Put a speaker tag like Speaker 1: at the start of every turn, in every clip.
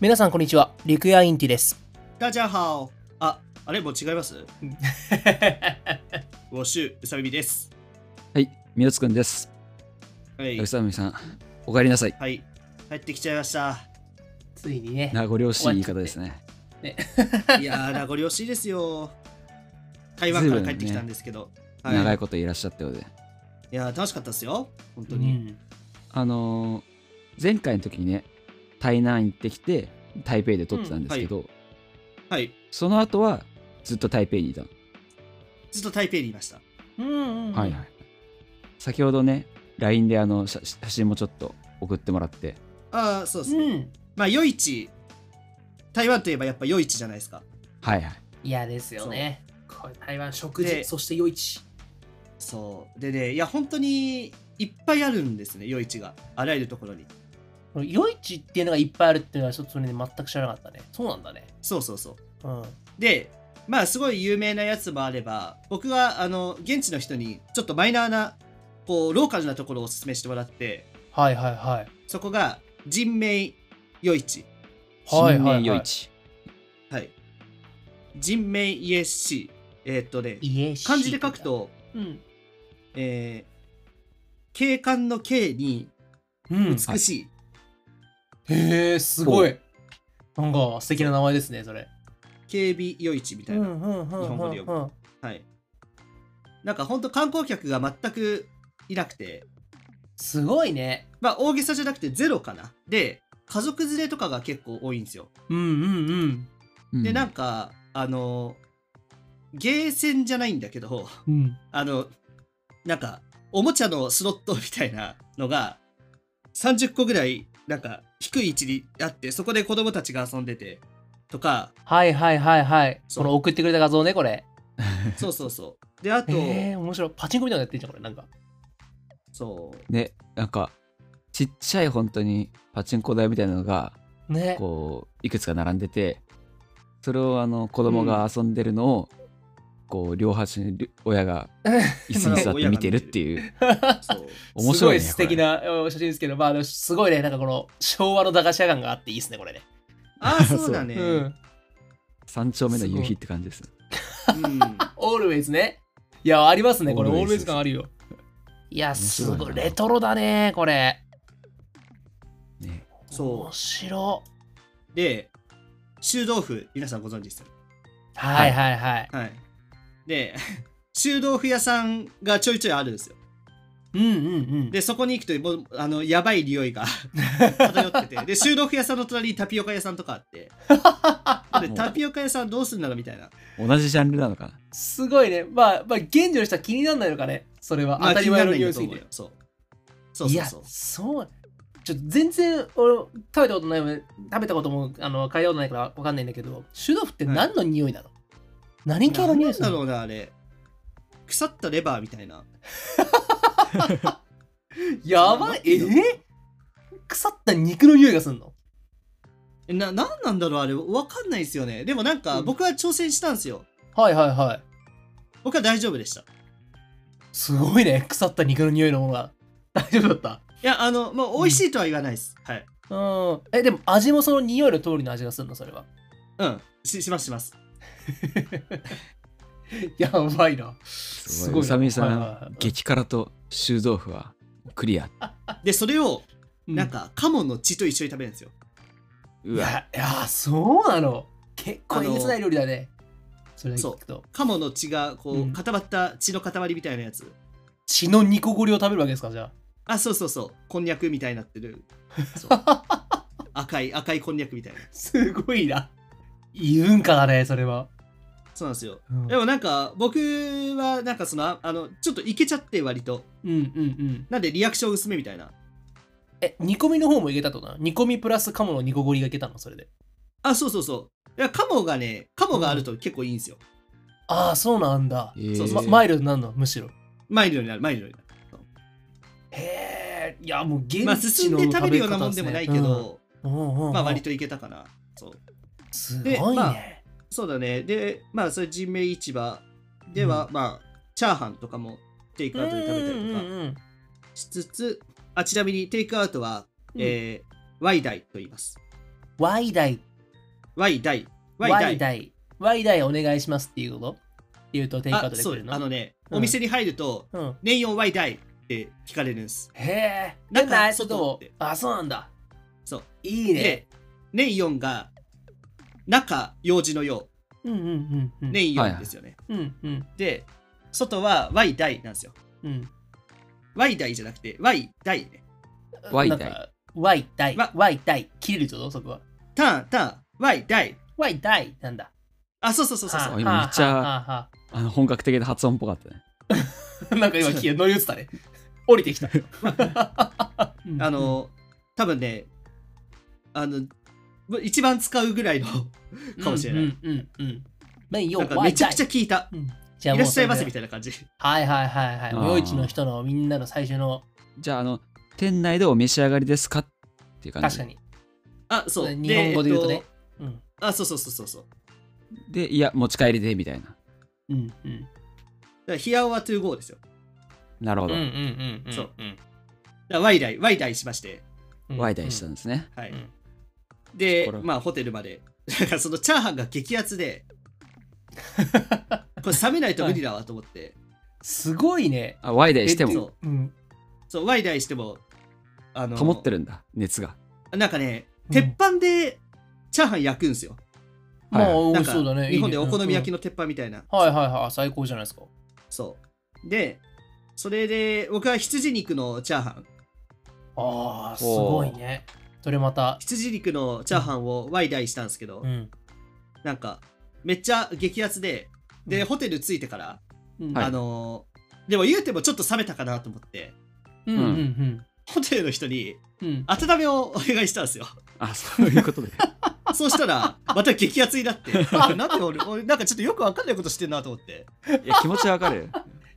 Speaker 1: 皆さんこんにちはリクヤインティです
Speaker 2: 大家好。あ、あれもう違 いますウォッシュ、うさみみです。
Speaker 3: はい、みよつくんです。
Speaker 2: はい
Speaker 3: よ。さみさん、お帰りなさい。
Speaker 2: はい。帰ってきちゃい ました。
Speaker 1: ついにね
Speaker 3: 名残惜しい言い方ですね。
Speaker 2: いやー、名残惜しいですよ。台湾から帰ってきたんですけど。はい、
Speaker 3: 長い
Speaker 2: い
Speaker 3: こといらっしゃったようで。
Speaker 2: やー、楽しかったですよ。本当
Speaker 1: う
Speaker 2: に。
Speaker 1: ん
Speaker 3: あのー前回の時にね、台南行ってきて、台北で撮ってたんですけど、
Speaker 2: はい。
Speaker 3: その後はずっと台北にいたの。
Speaker 2: ずっと台北にいました。
Speaker 1: うんうん
Speaker 3: はいはい。先ほどね、LINE であの写写真もちょっと送ってもらって、
Speaker 2: ああ、そうです
Speaker 1: う
Speaker 2: ね。
Speaker 1: ん
Speaker 2: まあ、夜市。台湾といえばやっぱ夜市じゃないですか。
Speaker 3: はいはい。
Speaker 1: 嫌ですよねこれ台湾食事
Speaker 2: で
Speaker 1: そして夜市
Speaker 2: そう。でね、いや、本当にいっぱいあるんですね、夜市が。あらゆるところに。
Speaker 1: この夜市っていうのがいっぱいあるっていうのはちょっとそれね全く知らなかったねそうなんだね
Speaker 2: そうそうそう。
Speaker 1: うん
Speaker 2: でまあすごい有名なやつもあれば僕はあの現地の人にちょっとマイナーなこうローカルなところをおすすめしてもらって
Speaker 1: はいはいはい
Speaker 2: そこが人名夜市
Speaker 1: はいはいはい
Speaker 3: 新年夜市。
Speaker 2: はい人名イエシえーっとね
Speaker 1: 家市
Speaker 2: 漢字で書くと
Speaker 1: うん
Speaker 2: えー景観の景に
Speaker 1: うん
Speaker 2: 美しい、
Speaker 1: へえすごいなんか素敵な名前ですねそれ
Speaker 2: 警備夜市みたいな、
Speaker 1: うん
Speaker 2: 日本語で
Speaker 1: う
Speaker 2: 呼
Speaker 1: ん
Speaker 2: ぶはいなんか本当観光客が全くいなくて
Speaker 1: すごいね
Speaker 2: まあ大げさじゃなくてゼロかなで家族連れとかが結構多いんですよ
Speaker 1: うんうんうん
Speaker 3: うん
Speaker 2: で なんかあのゲーセンじゃないんだけど
Speaker 1: うん
Speaker 2: あのなんかおもちゃのスロットみたいなのが30個ぐらいなんか低い位置にあってそこで子供たちが遊んでてとか
Speaker 1: はいはいはいはい。
Speaker 2: そ
Speaker 1: こ
Speaker 2: う
Speaker 1: の送ってくれた画像ね、これ。
Speaker 2: そうそうそうであと、
Speaker 1: えー、面白い。パチンコみたいなのやってんじゃん、これ。なんか。
Speaker 2: そう
Speaker 3: ね、なんか、ちっちゃい本当にパチンコ台みたいなのが、
Speaker 1: ね。
Speaker 3: こういくつか並んでてそれをあの子供が遊んでるのを、こう両端にり親が椅 子に座って見てるっていう
Speaker 2: そう
Speaker 1: す
Speaker 3: 面
Speaker 1: ご
Speaker 3: 白い
Speaker 1: い
Speaker 3: ね
Speaker 1: 素敵なお写真ですけど、まあ、あのすごいね、なんかこの昭和の駄菓子屋感があっていいですね、これね。
Speaker 2: ああそうだね
Speaker 1: う
Speaker 2: うん
Speaker 1: ん。
Speaker 3: 三丁目の夕日って感じです
Speaker 1: オールウェイズね。いや、ありますね、これ。オールウェ
Speaker 3: Always
Speaker 1: イズ感あるよ。いや、
Speaker 3: 面
Speaker 1: す
Speaker 3: 白いな
Speaker 1: ごい。レトロだね、これ。
Speaker 3: ね
Speaker 2: そ
Speaker 1: 面白い。
Speaker 2: うで臭豆腐皆さんご存知ですよ
Speaker 1: はいはいはい。
Speaker 2: はいで臭豆腐屋さんがちょいちょいあるんですよ
Speaker 1: うんうんうん。
Speaker 2: でそこに行くともうあのやばい匂いが 漂っててで収録屋さんの隣にタピオカ屋さんとかあってでタピオカ屋さんどうするんだろうみたいな
Speaker 3: 同じジャンルなのかな
Speaker 1: すごいね。まあ、まあ、現地の人は気にならないのかね。それは。
Speaker 2: まあ
Speaker 1: 当たり前の
Speaker 2: 気に
Speaker 1: 匂
Speaker 2: なら
Speaker 1: い
Speaker 2: な
Speaker 1: す
Speaker 2: いん
Speaker 1: ぎ
Speaker 2: だ
Speaker 1: て
Speaker 2: と。思うよそうそうそうそう
Speaker 1: いやそうちょっと全然俺食べたことないもん食べたこともあの嗅いだことないから分かんないんだけどシュドフって何の匂いなの、何系の匂いす
Speaker 2: な
Speaker 1: る
Speaker 2: んだ
Speaker 1: の
Speaker 2: ろうなあれ腐ったレバーみたいな
Speaker 1: やばいえ
Speaker 2: なんだろ
Speaker 1: ー腐った肉の匂いがするの
Speaker 2: うななんなんだろうあれわかんないですよねでもなん
Speaker 1: う
Speaker 2: か
Speaker 1: ん
Speaker 2: 僕は挑戦したんですよ
Speaker 1: はいはいはい
Speaker 2: 僕は大丈夫でしたい
Speaker 1: すごいね腐った肉の匂いのものが大丈夫だった
Speaker 2: やあのもう美味しいとは言わないです、はい
Speaker 1: うんえでも味もその匂いの通りの味がするのそれ は
Speaker 2: うんししますします
Speaker 1: やばいな
Speaker 3: す
Speaker 1: すごい
Speaker 3: ごい宇
Speaker 1: な
Speaker 3: 佐美さ
Speaker 1: はいはいは
Speaker 3: ん
Speaker 1: い
Speaker 3: 激辛と臭豆腐はクリア
Speaker 2: でそれを
Speaker 1: う
Speaker 2: なんか鴨の血と一緒に食べるんですよ
Speaker 3: う
Speaker 1: い
Speaker 3: わ
Speaker 1: やいやそうなの結構えげつない料理だねそれだけ聞くと
Speaker 2: 鴨の血がこ
Speaker 1: う
Speaker 2: うん固まった血の塊みたいなやつ、
Speaker 1: 血の煮こごりを食べるわけですかじゃあ
Speaker 2: あそうそうそうこんにゃくみたいになって るそう赤い赤いこんにゃくみたいな
Speaker 1: すごいな。言うんかだね、それは。
Speaker 2: そうなんですよ
Speaker 1: うん、う
Speaker 2: で
Speaker 1: ん
Speaker 2: もなんか僕はなんかそのああのちょっといけちゃって割と
Speaker 1: うんうん。
Speaker 2: なんでリアクション薄めみたいな
Speaker 1: え、煮込みの方もいけたってことなの煮込みプラス鴨の煮こごりがいけたのそれで。
Speaker 2: あそうそうそういや鴨がね鴨があると結構いいんですよ、
Speaker 1: ああ、そうなんだ。
Speaker 3: えー
Speaker 2: そうそ
Speaker 1: ま
Speaker 2: う
Speaker 1: マイルドになるのむしろ。
Speaker 2: マイルドになるマイルドになる
Speaker 1: へえ、いや、もう現地の
Speaker 2: まあ進んで食べるようなもんでもないけど、
Speaker 1: うん、うんうんうん
Speaker 2: まあ割といけたかなそう
Speaker 1: す
Speaker 2: で
Speaker 1: ごい
Speaker 2: まあ
Speaker 1: ね。
Speaker 2: そうだねでまあそれ人名市場では、まあチャーハンとかもテイクアウトで食べたりとか、
Speaker 1: うんうんうん
Speaker 2: しつつあちなみにテイクアウトは、えーワイダイと言います
Speaker 1: Y 代、
Speaker 2: Y 大。
Speaker 1: Y
Speaker 2: 大。
Speaker 1: 代、Y 代お願いしますっていうこと言うとテイクアウ
Speaker 2: あ、
Speaker 1: トで
Speaker 2: そ
Speaker 1: くれ
Speaker 2: う
Speaker 1: る、の
Speaker 2: あのね、
Speaker 1: うん
Speaker 2: お店に入ると、
Speaker 1: うん。
Speaker 2: 年 4Y 大って聞かれるんです。
Speaker 1: へえ。
Speaker 2: なん
Speaker 1: 変
Speaker 2: か
Speaker 1: なやつ
Speaker 2: 外っ
Speaker 1: と
Speaker 2: て、
Speaker 1: あ、そうなんだ。
Speaker 2: そう。
Speaker 1: いいね。
Speaker 2: で、年4が、中、用事のよ
Speaker 1: うんうんうんう
Speaker 2: う、
Speaker 1: ん。
Speaker 2: 年
Speaker 3: はいは
Speaker 2: 4
Speaker 3: い
Speaker 2: ですよね。
Speaker 1: うんうん
Speaker 2: で、外は Y 大なんですよ。
Speaker 1: うん。
Speaker 2: Y 大じゃなくて、Y 大ね。
Speaker 3: Y
Speaker 1: なんか。Y 代
Speaker 2: わ。
Speaker 1: Y 代。切れるぞ、そこは。
Speaker 2: ターン、ターン、Y 大。
Speaker 1: Y 代なんだ。
Speaker 2: あ、そうそうそうそうそう。
Speaker 3: あ今めっちゃ
Speaker 1: ゃ。
Speaker 3: あの本格的な発音っぽかったね。
Speaker 1: なんか今消え、乗り移ったね。降りて きた。
Speaker 2: あ、の、多分ね、あの、一番使うぐらいのかもしれない。。
Speaker 1: うんうんうん。麺用
Speaker 2: なんかめちゃくちゃ聞いた。
Speaker 1: じゃあ
Speaker 2: い
Speaker 1: も
Speaker 2: ら
Speaker 1: う
Speaker 2: っしゃいませみ
Speaker 1: そ
Speaker 2: たいな感じ。
Speaker 1: れではいはいはいはい。
Speaker 3: あー
Speaker 1: 無用市の人のみんなの最初の、
Speaker 3: じゃあ、あの、店内でお召し上がりですかっていう感
Speaker 1: 確
Speaker 3: じ。
Speaker 1: かに。
Speaker 2: あ、そう。
Speaker 1: 日本語で言うとね
Speaker 2: えっ。
Speaker 1: うん
Speaker 2: とあ、そうそうそうそうそう。だか
Speaker 3: で、いや、持ち帰りでみたいな。
Speaker 1: うんうん。
Speaker 2: ら、ヒアオアトゥーゴーですよ。
Speaker 3: なるほ
Speaker 1: うん
Speaker 3: ど。
Speaker 1: うんうんうん。
Speaker 2: そうだからワイダイ、ワイダイしまして。
Speaker 1: うん。
Speaker 3: ワイダイしたんですね。
Speaker 2: はい。
Speaker 1: うん
Speaker 2: で
Speaker 3: これ、
Speaker 2: まあ、ホテルまで。 だから、そのチャーハンが激アツ で、これ冷めないと無理だわと思って。
Speaker 1: すごいね。
Speaker 3: あ、ワイダイして
Speaker 1: うん
Speaker 2: そ
Speaker 3: も
Speaker 2: う。
Speaker 1: うん。
Speaker 2: そう、ワイダイしても、あの、
Speaker 3: 保ってるんだ、熱が。
Speaker 2: なんかね、
Speaker 1: うん
Speaker 2: 鉄板でチャーハン焼くんですよ。
Speaker 1: まあ、美
Speaker 2: なん
Speaker 1: 味し
Speaker 2: か
Speaker 1: そうだね。
Speaker 2: 日本でお好み焼き
Speaker 1: の。
Speaker 2: の鉄板みたいな。
Speaker 1: うんはいはいはい。最高じゃないですか。
Speaker 2: そう。で、それで、僕は羊肉のチャーハン。
Speaker 1: ああ、すごいね。それまた。
Speaker 2: 羊肉のチャーハンをワイダイしたんですけど、
Speaker 1: うん。
Speaker 2: なんか、めっちゃ激アツで、で、
Speaker 1: うん
Speaker 2: ホテル着いてから、
Speaker 1: うん
Speaker 3: はい
Speaker 2: あのーでも言うてもちょっと冷めたかなと思って、
Speaker 1: うんうんうん
Speaker 2: ホテルの人に
Speaker 1: うん。
Speaker 2: 温めをお願いしたんですよ。
Speaker 3: あ、そういうことで。
Speaker 2: そうし たら、また激アツになって、あなんで俺、俺、なんかちょっとよくわかんないことしてんなと思って。
Speaker 3: いや、気持ちわかる。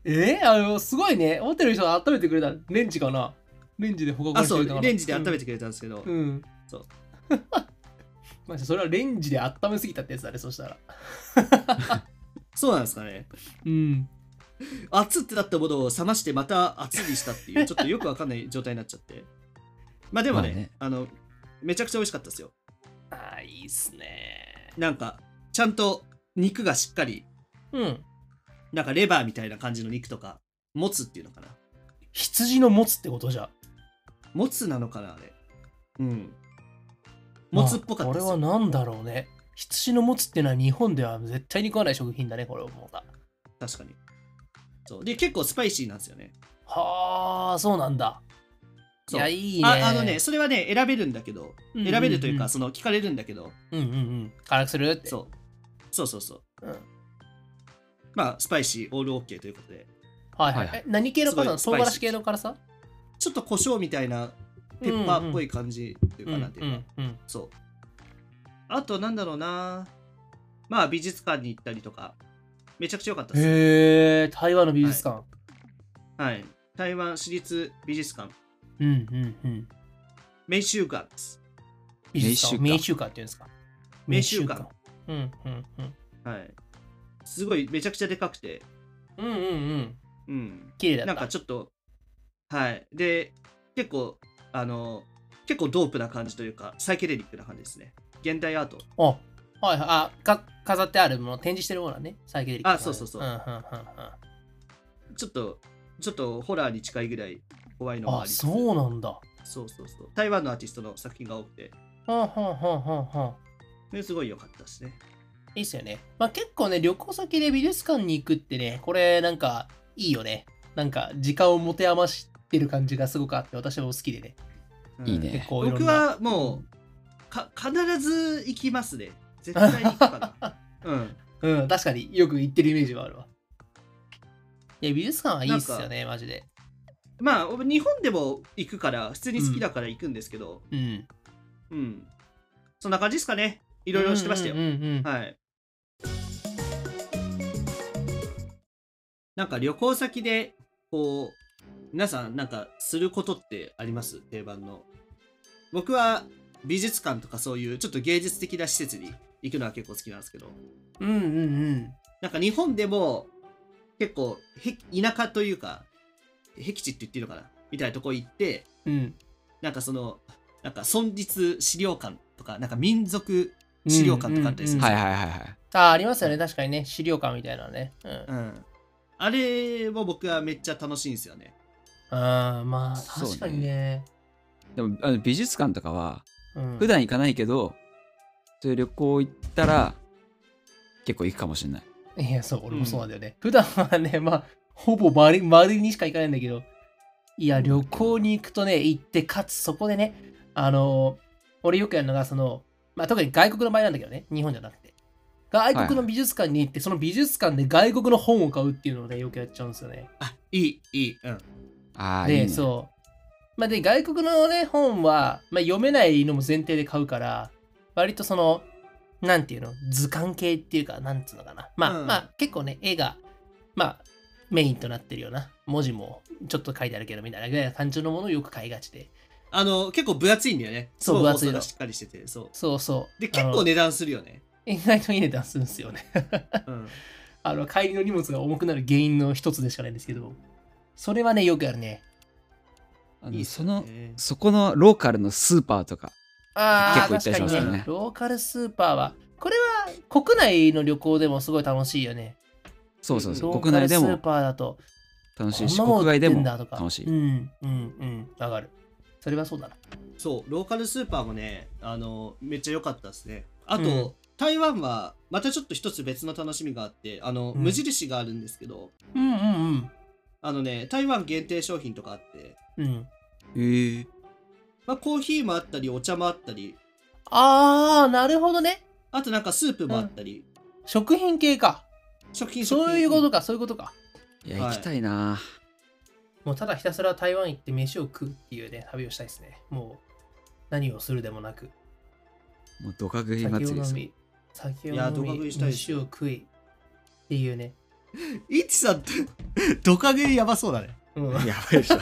Speaker 1: えー、あの、すごいね。ホテルの人が温めてくれた。レンジかな。レンジでほかほか
Speaker 2: あ、
Speaker 1: して
Speaker 2: そ
Speaker 1: くれたかな。
Speaker 2: う、レンジで温めてくれたんですけど、
Speaker 1: うん。うん。
Speaker 2: そう。
Speaker 1: まあ、それはレンジで温めすぎたってやつだね、そしたら。
Speaker 2: そうなんですかね。
Speaker 1: うん。
Speaker 2: 熱ってなったものを冷ましてまた熱にした っていう、ちょっとよくわかんない状態になっちゃって。まあでもね、
Speaker 3: まあね
Speaker 2: あの、めちゃくちゃ美味しかったですよ。
Speaker 1: ああ、いいっすね。
Speaker 2: なんか、ちゃんと肉がしっかり、
Speaker 1: うん。
Speaker 2: なんかレバーみたいな感じの肉とか、もつっていうのかな。
Speaker 1: 羊の持つってことじゃ。
Speaker 2: もつなのかな、あれ。うん。もつっぽかっ
Speaker 1: ま
Speaker 2: た
Speaker 1: あ
Speaker 2: ですよ
Speaker 1: これは何だろうね。羊の持つってのは日本では絶対に食わない食品だね、これ思うな。
Speaker 2: 確かに。そう。で、結構スパイシーなんですよね。
Speaker 1: はあ、そうなんだ。い
Speaker 2: そう
Speaker 1: や、いいね。
Speaker 2: ああのね、それはね、選べるんだけど、
Speaker 1: うんうんうん
Speaker 2: 選べるというか、その、聞かれるんだけど、
Speaker 1: うんうんうん。辛くするって。
Speaker 2: そう。そうそうそう。
Speaker 1: うん
Speaker 2: まあ、スパイシー、オールオッケーということで、
Speaker 1: はいはい。
Speaker 3: はいはい
Speaker 1: え何系の辛
Speaker 2: す
Speaker 1: さ唐
Speaker 2: ごい
Speaker 1: 辛子系の辛さ
Speaker 2: ちょっと胡椒みたいな、ペッパーっぽい感じっていう
Speaker 1: う
Speaker 2: か
Speaker 1: ん
Speaker 2: なっていうか、
Speaker 1: うんうん
Speaker 2: そう。あと、なんだろうな。まあ、美術館に行ったりとか、めちゃくちゃ良かったです。
Speaker 1: へえ、台湾の美術館。
Speaker 2: はい。台湾私立美術館、
Speaker 1: うんうんうん。
Speaker 2: 明秀館です。
Speaker 1: 美術館。名
Speaker 3: 名
Speaker 1: 習館っていうんですか。
Speaker 2: 名習館
Speaker 1: 名習館。うんうん
Speaker 2: はい。すごい、めちゃくちゃでかくて、
Speaker 1: うん。うんうんうん。
Speaker 2: うん。
Speaker 1: 綺麗だった。
Speaker 2: なんかちょっと、はい。で、結構、あの、結構ドープな感じというか、サイケデリックな感じですね。現代アート。
Speaker 1: あ、はいはい。あ、か飾ってあるもの、展示してるものはね、サイケデリックな
Speaker 2: あそうそうそうん
Speaker 1: んんう
Speaker 2: ちょっと、ちょっとホラーに近いぐらい怖い
Speaker 1: ん
Speaker 2: の
Speaker 1: う
Speaker 2: も
Speaker 1: ん。
Speaker 2: あ
Speaker 1: あ、
Speaker 2: りつつ
Speaker 1: そうなんだ。
Speaker 2: そうそうそう。台湾のアーティストの作品が多くて、
Speaker 1: はんはんはんはんはん。
Speaker 2: ですごい良かったですね。
Speaker 1: いいっすよね。まあ結構ね、旅行先で美術館に行くってね、これなんかいいよね。なんか時間を持て余してる感じがすごくあって、私も好きでね。
Speaker 2: うん
Speaker 3: いいね
Speaker 1: 結構いろん
Speaker 2: 僕
Speaker 1: な。
Speaker 2: はもう、か必ず行きますね。絶対に行くか な。うん。
Speaker 1: うん、確かによく行ってるイメージはあるわ。いや、美術館はいいっすよね、マジで。
Speaker 2: まあ、日本でも行くから、普通に好きだから行くんですけど、
Speaker 1: うん。
Speaker 2: うん。そんな感じですかね。い
Speaker 1: い
Speaker 2: ろいろしてましたよ。
Speaker 1: うんうんうん、
Speaker 2: はい。なんか旅行先で、こう、皆さんなんかすることってあります定番の。僕は美術館とかそういうちょっと芸術的な施設に行くのは結構好きなんですけど、
Speaker 1: うんうんうん。
Speaker 2: なんか日本でも結構へ田舎というか、僻地って言っていいのかなみたいなとこ行って、
Speaker 1: うん、
Speaker 2: なんかその、なんか村立資料館とか、なんか民族資料館とかあったりするんですよ
Speaker 3: はいはいはいはい。
Speaker 1: ああ、ありますよね。確かにね。資料館みたいなのね。うん。
Speaker 2: うん、あれも僕はめっちゃ楽しいんですよね。
Speaker 1: あーまあ、
Speaker 3: そうね
Speaker 1: 確かにね。
Speaker 3: でもあの美術館とかは
Speaker 1: うん
Speaker 3: 普段行かないけど、そういう旅行行ったら結構行くかもしれない。
Speaker 1: いや、そう、俺もそうなんだよね。普段はね、まあ、ほぼ周り周りにしか行かないんだけど、いや、旅行に行くとね、行って、かつそこでね、あの、俺よくやるのが、その、まあ、特に外国の場合なんだけどね、日本じゃなくて。外国の美術館に行って、その美術館で外国の本を買うっていうのをね、よくやっちゃうんですよね。
Speaker 2: あいい、いい。うん。
Speaker 3: ああ、
Speaker 1: で
Speaker 3: いいね。
Speaker 1: そう。まあ、で、外国のね、本は、まあ、読めないのも前提で買うから、割とその、なんていうの、図鑑系っていうか、なんつうのかな。まあ、
Speaker 2: うん
Speaker 1: まあ、結構ね、絵が、まあ、メインとなってるような、文字もちょっと書いてあるけど、みたいなぐらいな感じのものをよく買いがちで。
Speaker 2: あの、結構分厚いんだよね。
Speaker 1: そう
Speaker 2: 層
Speaker 1: 分厚いの
Speaker 2: 層がしっかりしてて、そう。
Speaker 1: そうそう。
Speaker 2: で、
Speaker 1: あ
Speaker 2: 結
Speaker 1: の
Speaker 2: 構値段するよね。
Speaker 1: 意外といい値段するんですよね。
Speaker 2: うん。
Speaker 1: あの、帰りの荷物が重くなる原因の一つでしかないんですけど、それはね、よくやるね。
Speaker 3: あの
Speaker 2: いいっす
Speaker 3: そ
Speaker 2: よ
Speaker 3: の
Speaker 2: ね
Speaker 3: そこのローカルのスーパーとか。
Speaker 1: ああ、
Speaker 3: 結構行ったりしますよね
Speaker 1: 確かにローカルスーパーは、これは国内の旅行でもすごい楽しいよね。
Speaker 3: そうそうそう。
Speaker 1: ロー
Speaker 3: 国
Speaker 1: カ
Speaker 3: 内
Speaker 1: ル
Speaker 3: で
Speaker 1: スー
Speaker 3: も
Speaker 1: パーだと、
Speaker 3: 楽しいし、
Speaker 1: こんなもん
Speaker 3: 国外で
Speaker 1: 売って
Speaker 3: も
Speaker 1: んだとか
Speaker 3: 楽し
Speaker 1: う
Speaker 3: い。
Speaker 1: ん、うん、うん、上がる。それはそうだな。
Speaker 2: そう、ローカルスーパーもね、あの、めっちゃ良かったですね。あと、
Speaker 1: うん
Speaker 2: 台湾は、またちょっと一つ別の楽しみがあって、あの、
Speaker 1: うん
Speaker 2: 無印があるんですけど、
Speaker 1: うん、うん、
Speaker 2: あのね、台湾限定商品とかあって、
Speaker 1: うん。うん、
Speaker 3: へえ。
Speaker 2: まあ、コーヒーもあったり、お茶もあったり、
Speaker 1: ああ、なるほどね。
Speaker 2: あとなんかスープもあったり、
Speaker 1: 食品系か。
Speaker 2: 食品
Speaker 1: そういうこと
Speaker 2: と
Speaker 1: か、そういうことか。
Speaker 3: いや、
Speaker 2: はい
Speaker 3: 行きたいな。
Speaker 1: もうただひたすら台湾行って飯を食うっていうね、旅をしたいですね。もう何をするでもなく。
Speaker 3: もうドカ食い
Speaker 1: 酒を
Speaker 3: 祭りで
Speaker 1: 飲
Speaker 3: す。
Speaker 1: み、酒を
Speaker 2: いやドカ
Speaker 1: 飲
Speaker 2: 食
Speaker 1: み
Speaker 2: いしたい、です
Speaker 1: 飯を食い。っていうね。
Speaker 2: いちさん、 ドカゲーやばそうだね。
Speaker 1: うん
Speaker 3: やばいでしょ。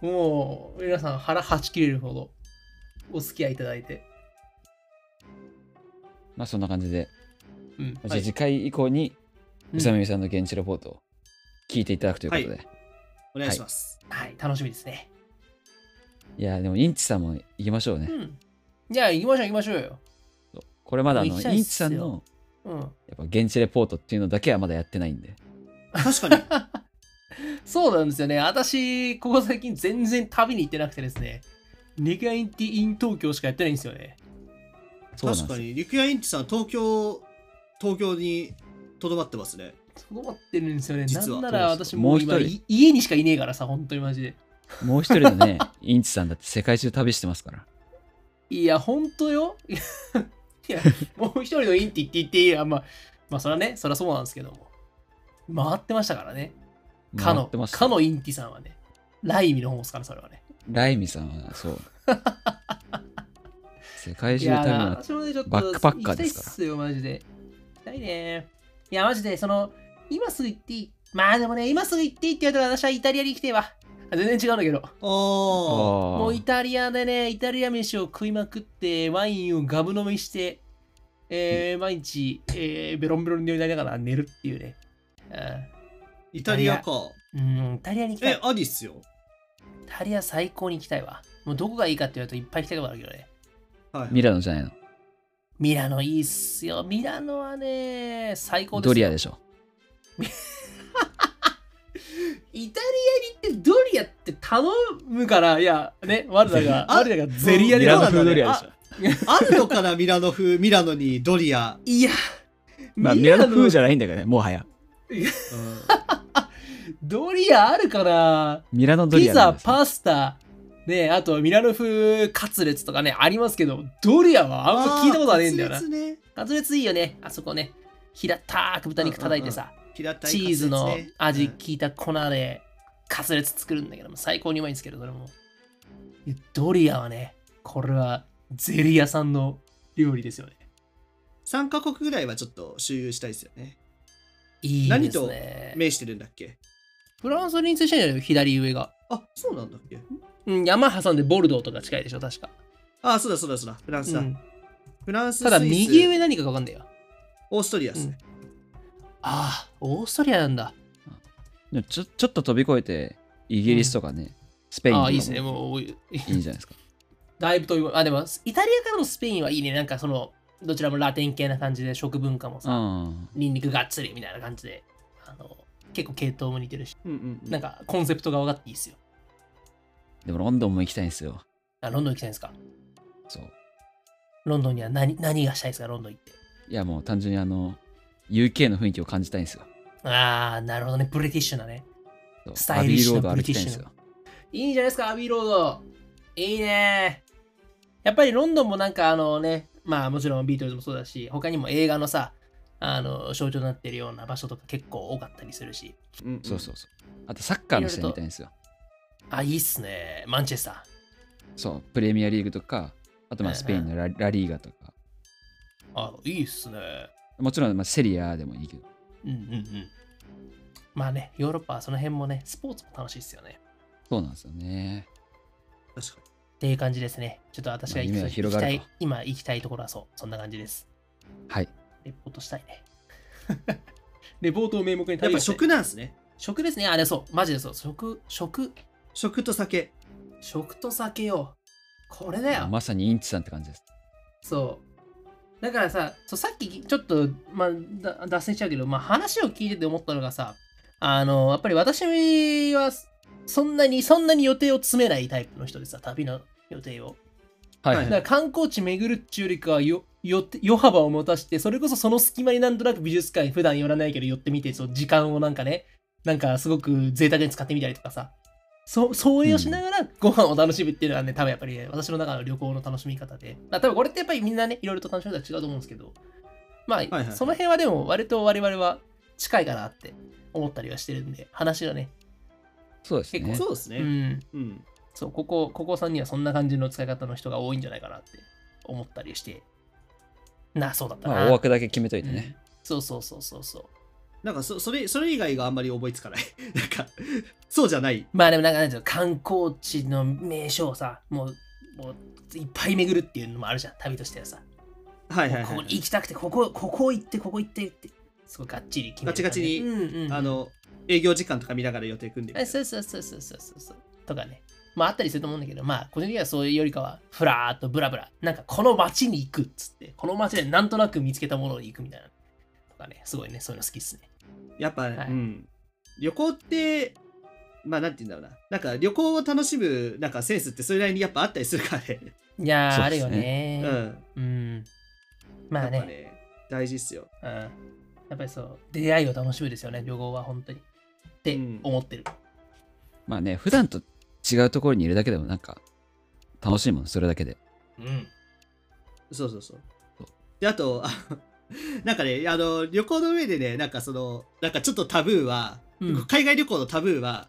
Speaker 1: もう皆さん腹はち切れるほどお付き合いいただいて。
Speaker 3: まあそんな感じで、
Speaker 1: うん。
Speaker 3: じゃあ次回以降に、宇佐美さんの現地レポートを聞いていただくということで。、
Speaker 2: はいお願いします。
Speaker 1: はい、楽しみですね。
Speaker 3: や、でもインチさんも行きましょうね。
Speaker 1: うん。じゃあ行きましょう行きましょうよ。
Speaker 3: そうこれまだあの、
Speaker 1: もう行きたい
Speaker 3: イ
Speaker 1: っ
Speaker 3: ンチ
Speaker 1: す
Speaker 3: さ
Speaker 1: よ
Speaker 3: んの
Speaker 1: うん。
Speaker 3: やっぱ現地レポートっていうのだけはまだやってないんで。
Speaker 2: 確かに。
Speaker 1: そうなんですよね。私、ここ最近全然旅に行ってなくてですね。ネガインティイン東京しかやってないんですよね。
Speaker 3: そうなん
Speaker 2: 確
Speaker 3: で
Speaker 2: か
Speaker 3: すよ。
Speaker 2: に、リクヤインチさん、東京、東京にとどまってますね。
Speaker 1: とどまってるんですよね。な
Speaker 2: 実は
Speaker 1: んなら私
Speaker 3: も
Speaker 1: も
Speaker 3: う
Speaker 1: う
Speaker 3: 一
Speaker 1: 今
Speaker 3: 人
Speaker 1: い家にしかいねえからさ、本当にマジで。
Speaker 3: もう一人のね、 インチさんだって世界中旅してますから。
Speaker 1: いや、本当よ。 いや、もう一人のインティって言っていいや、まあ、まあ、それはね、それはそうなんですけども。回ってましたからね。か
Speaker 3: 回っ
Speaker 1: の
Speaker 3: てます、
Speaker 1: かのインティさんはね、ライミの方ですから、それはね。
Speaker 3: ライミさんは そう。世界
Speaker 1: い
Speaker 3: 中
Speaker 1: や
Speaker 3: 旅
Speaker 1: ー、
Speaker 3: の
Speaker 1: 私もね、ちょっと
Speaker 3: バックパッカーですか
Speaker 1: 行き
Speaker 3: ら
Speaker 1: たいっすよ、マジで。行きたいね。いや、マジで、その、今すぐ行っていい。まあでもね、今すぐ行っていいって言われたら私はイタリアに行きてえわ。あ全然違うんだけど。
Speaker 2: おー。
Speaker 3: あ
Speaker 1: もうイ
Speaker 3: ー
Speaker 1: タリアでね、イタリア飯を食いまくって、ワインをガブ飲みして、えー毎日、えーベロンベロンになりながら寝るっていうね。
Speaker 2: イタリアか。
Speaker 1: うん、うんイタリアに行きたい。
Speaker 2: え
Speaker 1: イ、
Speaker 2: ありっすよ。
Speaker 1: タリア最高に行きたいわ。もうどこがいいかって言われるといっぱい行きたいとこあるけどね。
Speaker 2: はい。
Speaker 3: ミラノじゃないの。
Speaker 1: ミラノいいっすよ。ミラノはね、最高ですよ。
Speaker 3: ドリアでしょ。
Speaker 1: イタリアに行ってドリアって頼むから、いや、ね、我ら が、
Speaker 2: あ
Speaker 1: 我らがゼリアで
Speaker 3: ミ
Speaker 2: ど
Speaker 3: ラ
Speaker 2: う
Speaker 3: ノ
Speaker 2: なんだろ
Speaker 3: 風
Speaker 2: うね
Speaker 3: ドリアでしょ。
Speaker 2: あるのかな、ミラ ノ風、ミラノにドリア。
Speaker 1: いや、
Speaker 3: まあミラノ風じゃないんだけどね、もはや。
Speaker 1: ドリアあるから、
Speaker 3: ミラノドリア
Speaker 1: ピザ、
Speaker 3: ー
Speaker 1: パスタ、ね、あとミラノ風カツレツとかね、ありますけど、ドリアはあんま聞いたことはねえんだよな
Speaker 2: カツ。レツね
Speaker 1: カツレツいいよね、あそこね。平たく豚肉叩いてさ、
Speaker 2: 平たい
Speaker 1: チーズ
Speaker 2: カ
Speaker 1: の
Speaker 2: ツレツね
Speaker 1: 味
Speaker 2: うん
Speaker 1: 効いた粉でカツレツ作るんだけども、最高にうまいんですけど、それも。いやドリアはね、これはゼリ屋さんの料理ですよね。
Speaker 2: 三カ国ぐらいはちょっと周遊したいですよね。
Speaker 1: いいですね。
Speaker 2: 名してるんだっけ
Speaker 1: フランスに接してんじゃないの左上が。
Speaker 2: あ、そうなんだっけ
Speaker 1: うん、山挟んでボルドーとか近いでしょ、確か。
Speaker 2: あ、そうだそうだそうだ。フランスだ。
Speaker 1: うん
Speaker 2: フランス、
Speaker 1: ただ
Speaker 2: スイス
Speaker 1: 右上何かがわかんないよ。
Speaker 2: オーストリアですね。
Speaker 1: ああ、オーストリアなんだ。
Speaker 3: ちょちょっと飛び越えて、イギリスとかね、スペインと
Speaker 1: あ
Speaker 3: か
Speaker 1: あ、
Speaker 3: も
Speaker 1: い
Speaker 3: い
Speaker 1: い
Speaker 3: い
Speaker 1: です
Speaker 3: ん
Speaker 1: ね。
Speaker 3: じ
Speaker 1: もう、
Speaker 3: ゃないですか。
Speaker 1: だいぶ飛び込むあ、でも、イタリアからのスペインはいいね。なんかその、どちらもラテン系な感じで、食文化も
Speaker 3: う
Speaker 1: さ、
Speaker 3: ん。
Speaker 1: ニンニクがっつりみたいな感じで、あの、結構系統も似てるし、
Speaker 2: うんうんうん
Speaker 1: なんかコンセプトが分かっていいっすよ。
Speaker 3: でもロンドンも行きたいんですよ。
Speaker 1: あ、ロンドン行きたいんですか
Speaker 3: そう。
Speaker 1: ロンドンには何何がしたいですかロンドン行って。
Speaker 3: いやもう単純にあの、UK の雰囲気を感じたいんですよ。
Speaker 1: あー、なるほどね。ブリティッシュなね。
Speaker 3: そう
Speaker 1: スタイリッシュな
Speaker 3: アビーロード歩きたいんですよ。
Speaker 1: いいじゃないですか、アビーロード。いいね。やっぱりロンドンもなんかあのね、まあもちろんビートルズもそうだし、他にも映画のさ、あの象徴になってるような場所とか結構多かったりするし。
Speaker 2: うんうん
Speaker 3: そうそうそう。あとサッカーの試合見たいんですよ。
Speaker 1: あ、いいっすね。マンチェスタ
Speaker 3: そう。プレミアリーグとか、あとまあスペインのラ,、ラリーガとか。
Speaker 1: ー。あ、いいっすね。
Speaker 3: もちろんまあセリアでもいいけど。
Speaker 1: うんうんうん。まあね、ヨーロッパはその辺もね、スポーツも楽しいっすよね。
Speaker 3: そうなんですよね。
Speaker 2: 確か
Speaker 1: っていう感じですね。ちょっと私が行
Speaker 3: まあ夢
Speaker 1: き,、
Speaker 3: は広がる
Speaker 1: たい、
Speaker 3: と
Speaker 1: 今行きたいところはそう、そんな感じです。
Speaker 3: はい。
Speaker 1: レポートしたいね。 レポートを名目に
Speaker 2: にやっぱ食
Speaker 1: 食
Speaker 2: なんですね
Speaker 1: 食ですね。あれそう、マジでそう。食、食、
Speaker 2: 食と酒
Speaker 1: 食と酒よ。これだよ。
Speaker 3: まさにインチさんって感じです。
Speaker 1: そう。だからさ、そうさっきちょっと、まあ、だ脱線しちゃうけど、まあ、話を聞いてて思ったのがさ、あの、やっぱり私は、そんなに、そんなに予定を詰めないタイプの人でさ、旅の予定を。
Speaker 3: はい、
Speaker 2: は
Speaker 1: だ
Speaker 2: い
Speaker 1: から観光地巡るっちゅうよりかはよ、よって余幅を持たして、それこそその隙間になんとなく美術館普段寄らないけど寄ってみて、そう時間をなんかね、なんかすごく贅沢に使ってみたりとかさ、そう、そういうをしながらご飯を楽しむっていうのはね、多分やっぱり、ね、私の中の旅行の楽しみ方で、まあ、多分これってやっぱりみんなね、いろいろと楽しみ方違うと思うんですけど、まあ、
Speaker 2: はいはい
Speaker 1: その辺はでも割と我々は近いかなって思ったりはしてるんで、話がね、
Speaker 3: そうです
Speaker 1: 結
Speaker 3: ね。
Speaker 2: そうです
Speaker 1: う
Speaker 2: ね
Speaker 1: ん、
Speaker 2: うん
Speaker 1: そう、ここ、ここさんにはそんな感じの使い方の人が多いんじゃないかなって思ったりして。な、そうだったな。
Speaker 3: まあ、大枠だけ決めといてね。
Speaker 1: そうそうそうそうそう。
Speaker 2: なんかそそれそれ以外があんまり思いつかない なんかそうじゃない
Speaker 1: まあでもなんかなんていうの観光地の名所をさ、もう、もういっぱい巡るっていうのもあるじゃん、旅としてはさ。
Speaker 2: はいはい
Speaker 1: こ
Speaker 2: は
Speaker 1: こ
Speaker 2: い
Speaker 1: に行きたくて、ここ、ここ行って、ここ行ってって、すごいがっちり決める感じね、
Speaker 2: ガ
Speaker 1: うんうんうん、
Speaker 2: あの営業時間とか見ながら予定組んでみた
Speaker 1: あ
Speaker 2: いな
Speaker 1: そうそうそうそうそうそうそうとかねまああったりすると思うんだけどまあ個人的にはそういうよりかはふらーっとブラブラなんかこの街に行くっつってこの街でなんとなく見つけたものに行くみたいなとかねすごいねそういうの好きっすね
Speaker 2: やっぱ、
Speaker 1: はい
Speaker 2: うん、旅行ってまあなんて言うんだろうななんか旅行を楽しむなんかセンスってそれなりにやっぱあったりするからね、
Speaker 1: いやー、
Speaker 3: そう
Speaker 1: あ
Speaker 3: っ
Speaker 1: る
Speaker 3: す
Speaker 1: よね
Speaker 2: うん
Speaker 1: うん、ま
Speaker 2: や
Speaker 1: あ
Speaker 2: っぱ
Speaker 1: ね
Speaker 2: ね大事っすよ
Speaker 1: うんやっぱりそう出会いを楽しむですよね旅行は本当にって
Speaker 2: うん
Speaker 1: 思ってる、
Speaker 3: まあね、普段と違うところにいるだけでもなんか楽しいもん、それだけで。
Speaker 1: うん、
Speaker 2: そうそうそう
Speaker 3: そう。
Speaker 2: で、あと、 あなんかね、あの、旅行の上でね、なんかその、なんかちょっとタブーは、
Speaker 1: うん
Speaker 2: 海外旅行のタブーは、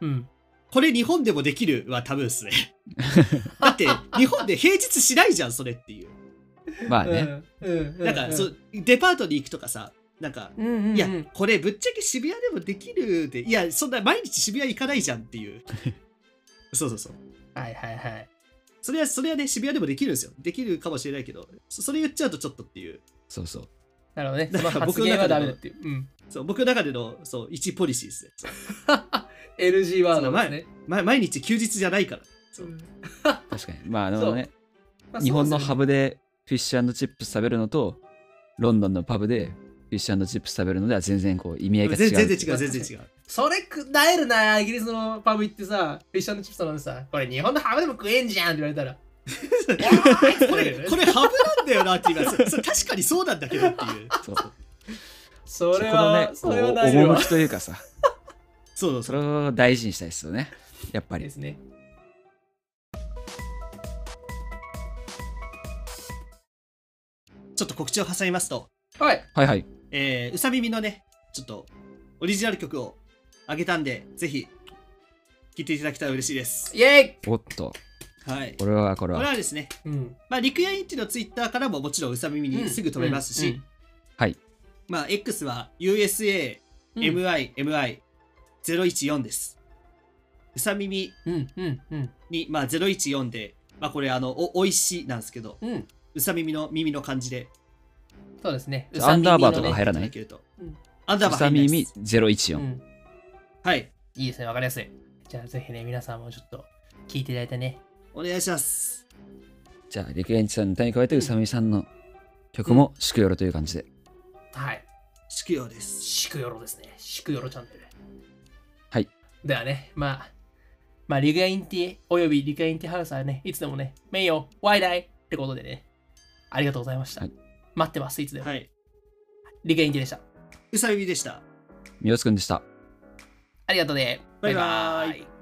Speaker 1: うん、
Speaker 2: これ日本でもできるはタブーっすね。 だって、日本で平日しないじゃん、それっていう。
Speaker 3: まあね、
Speaker 1: うんうん
Speaker 2: なんか、そうデパートに行くとかさ、なんか、
Speaker 1: うんうんうん
Speaker 2: いや、これぶっちゃけ渋谷でもできるで、いや、そんな毎日渋谷行かないじゃんっ ていう。そうそうそう。
Speaker 1: はいはいはい
Speaker 2: それは、それはね、渋谷でもできるんですよ。できるかもしれないけど、そそれ言っちゃうとちょっとっていう。
Speaker 3: そうそう。
Speaker 1: なるほどね
Speaker 2: だ
Speaker 1: そ
Speaker 2: か
Speaker 1: の
Speaker 2: ら
Speaker 1: 発言はダメだっていう、うん、
Speaker 2: そう、僕の中での、そう、一ポリシーですね。そう
Speaker 1: LG ワードですね
Speaker 2: ま、毎日休日じゃないから。そう
Speaker 1: うん
Speaker 3: 確かに。まああ
Speaker 1: そ
Speaker 3: の
Speaker 1: う
Speaker 3: ね、
Speaker 1: まあ
Speaker 3: 日本
Speaker 1: そ
Speaker 3: の
Speaker 1: うです
Speaker 3: ハ
Speaker 1: よね
Speaker 3: ブでフィッシュチップス食べるのと、ロンドンのパブでフィッシュチップス食べるのでは全然こう意味合いが違う。
Speaker 2: 全然違う、
Speaker 1: 違う
Speaker 2: 全然違う。
Speaker 1: それくだえるな、イギリスのパブ行ってさ、フィッシュチップスなんでさ、これ日本のハブでも食えんじゃんって言われたら。
Speaker 2: これ、これハブなんだよなっていうか、そそ確かにそうなんだけどっていう。
Speaker 3: そう
Speaker 1: それは、
Speaker 3: そ
Speaker 1: そ
Speaker 3: こ
Speaker 1: れは
Speaker 3: の
Speaker 1: な
Speaker 3: ね、
Speaker 1: え
Speaker 3: こ
Speaker 1: る
Speaker 3: う
Speaker 1: わ。
Speaker 3: 趣というかさ、
Speaker 2: そう
Speaker 3: そ
Speaker 2: そう。
Speaker 3: れを大事にしたいですよね。やっぱ
Speaker 1: で
Speaker 3: り。
Speaker 1: すね。
Speaker 2: ちょっと告知を挟みますと、
Speaker 1: はい。
Speaker 3: はいはい。
Speaker 2: えー、うさ耳のね、ちょっとオリジナル曲をあげたんで、ぜひ、聴いていただけたら嬉しいです。
Speaker 1: イェイ
Speaker 3: おっと、
Speaker 2: はい。
Speaker 3: これはこれ
Speaker 2: これ
Speaker 3: は。
Speaker 2: はですね、
Speaker 1: うん。
Speaker 2: まあ、リクヤインチのツイッターからももちろんうさ耳にすぐ飛べますし、
Speaker 3: はい。
Speaker 2: まあ、X は USA
Speaker 1: うん、うん。
Speaker 2: MIMI014 です。うさ耳
Speaker 1: うん、うん、うん。
Speaker 2: に、まあ、014で、まあ、これあのお、おいしなんですけど、
Speaker 1: うん。
Speaker 2: うさ耳の耳の感じで、
Speaker 1: そうですね。
Speaker 3: アンダーバーとか入
Speaker 1: る。
Speaker 3: らな
Speaker 2: た
Speaker 3: い
Speaker 2: だけると
Speaker 1: うん
Speaker 2: アンダー
Speaker 3: う
Speaker 2: バー
Speaker 3: さ
Speaker 2: 入らない
Speaker 3: 耳
Speaker 2: です。
Speaker 1: う
Speaker 3: 014。
Speaker 1: ん。
Speaker 2: はい、
Speaker 1: いいですね、わかりやすい。じゃあぜひね、皆さんもちょっと聞いていただいてね。
Speaker 2: お願いします。
Speaker 3: じゃあ、リクエンチさんの歌に加えて、うさみさんの曲も祝よろという感じで。
Speaker 1: はい。
Speaker 2: 宿用です。
Speaker 1: 祝よろですね。祝よろチャンネル。
Speaker 3: はい。
Speaker 1: ではね、まあ、まあ、リグエインティおよびリグエインティハウスはね、いつでもね、名誉、ワイダイってことでね、ありがとうございました。
Speaker 3: はい
Speaker 1: 待ってます、いつでも。
Speaker 2: はい。
Speaker 1: リグエインティでした。
Speaker 2: うさみでした。
Speaker 3: みよつくんでした。
Speaker 1: ありがとうね。
Speaker 2: バイバーイ
Speaker 1: イ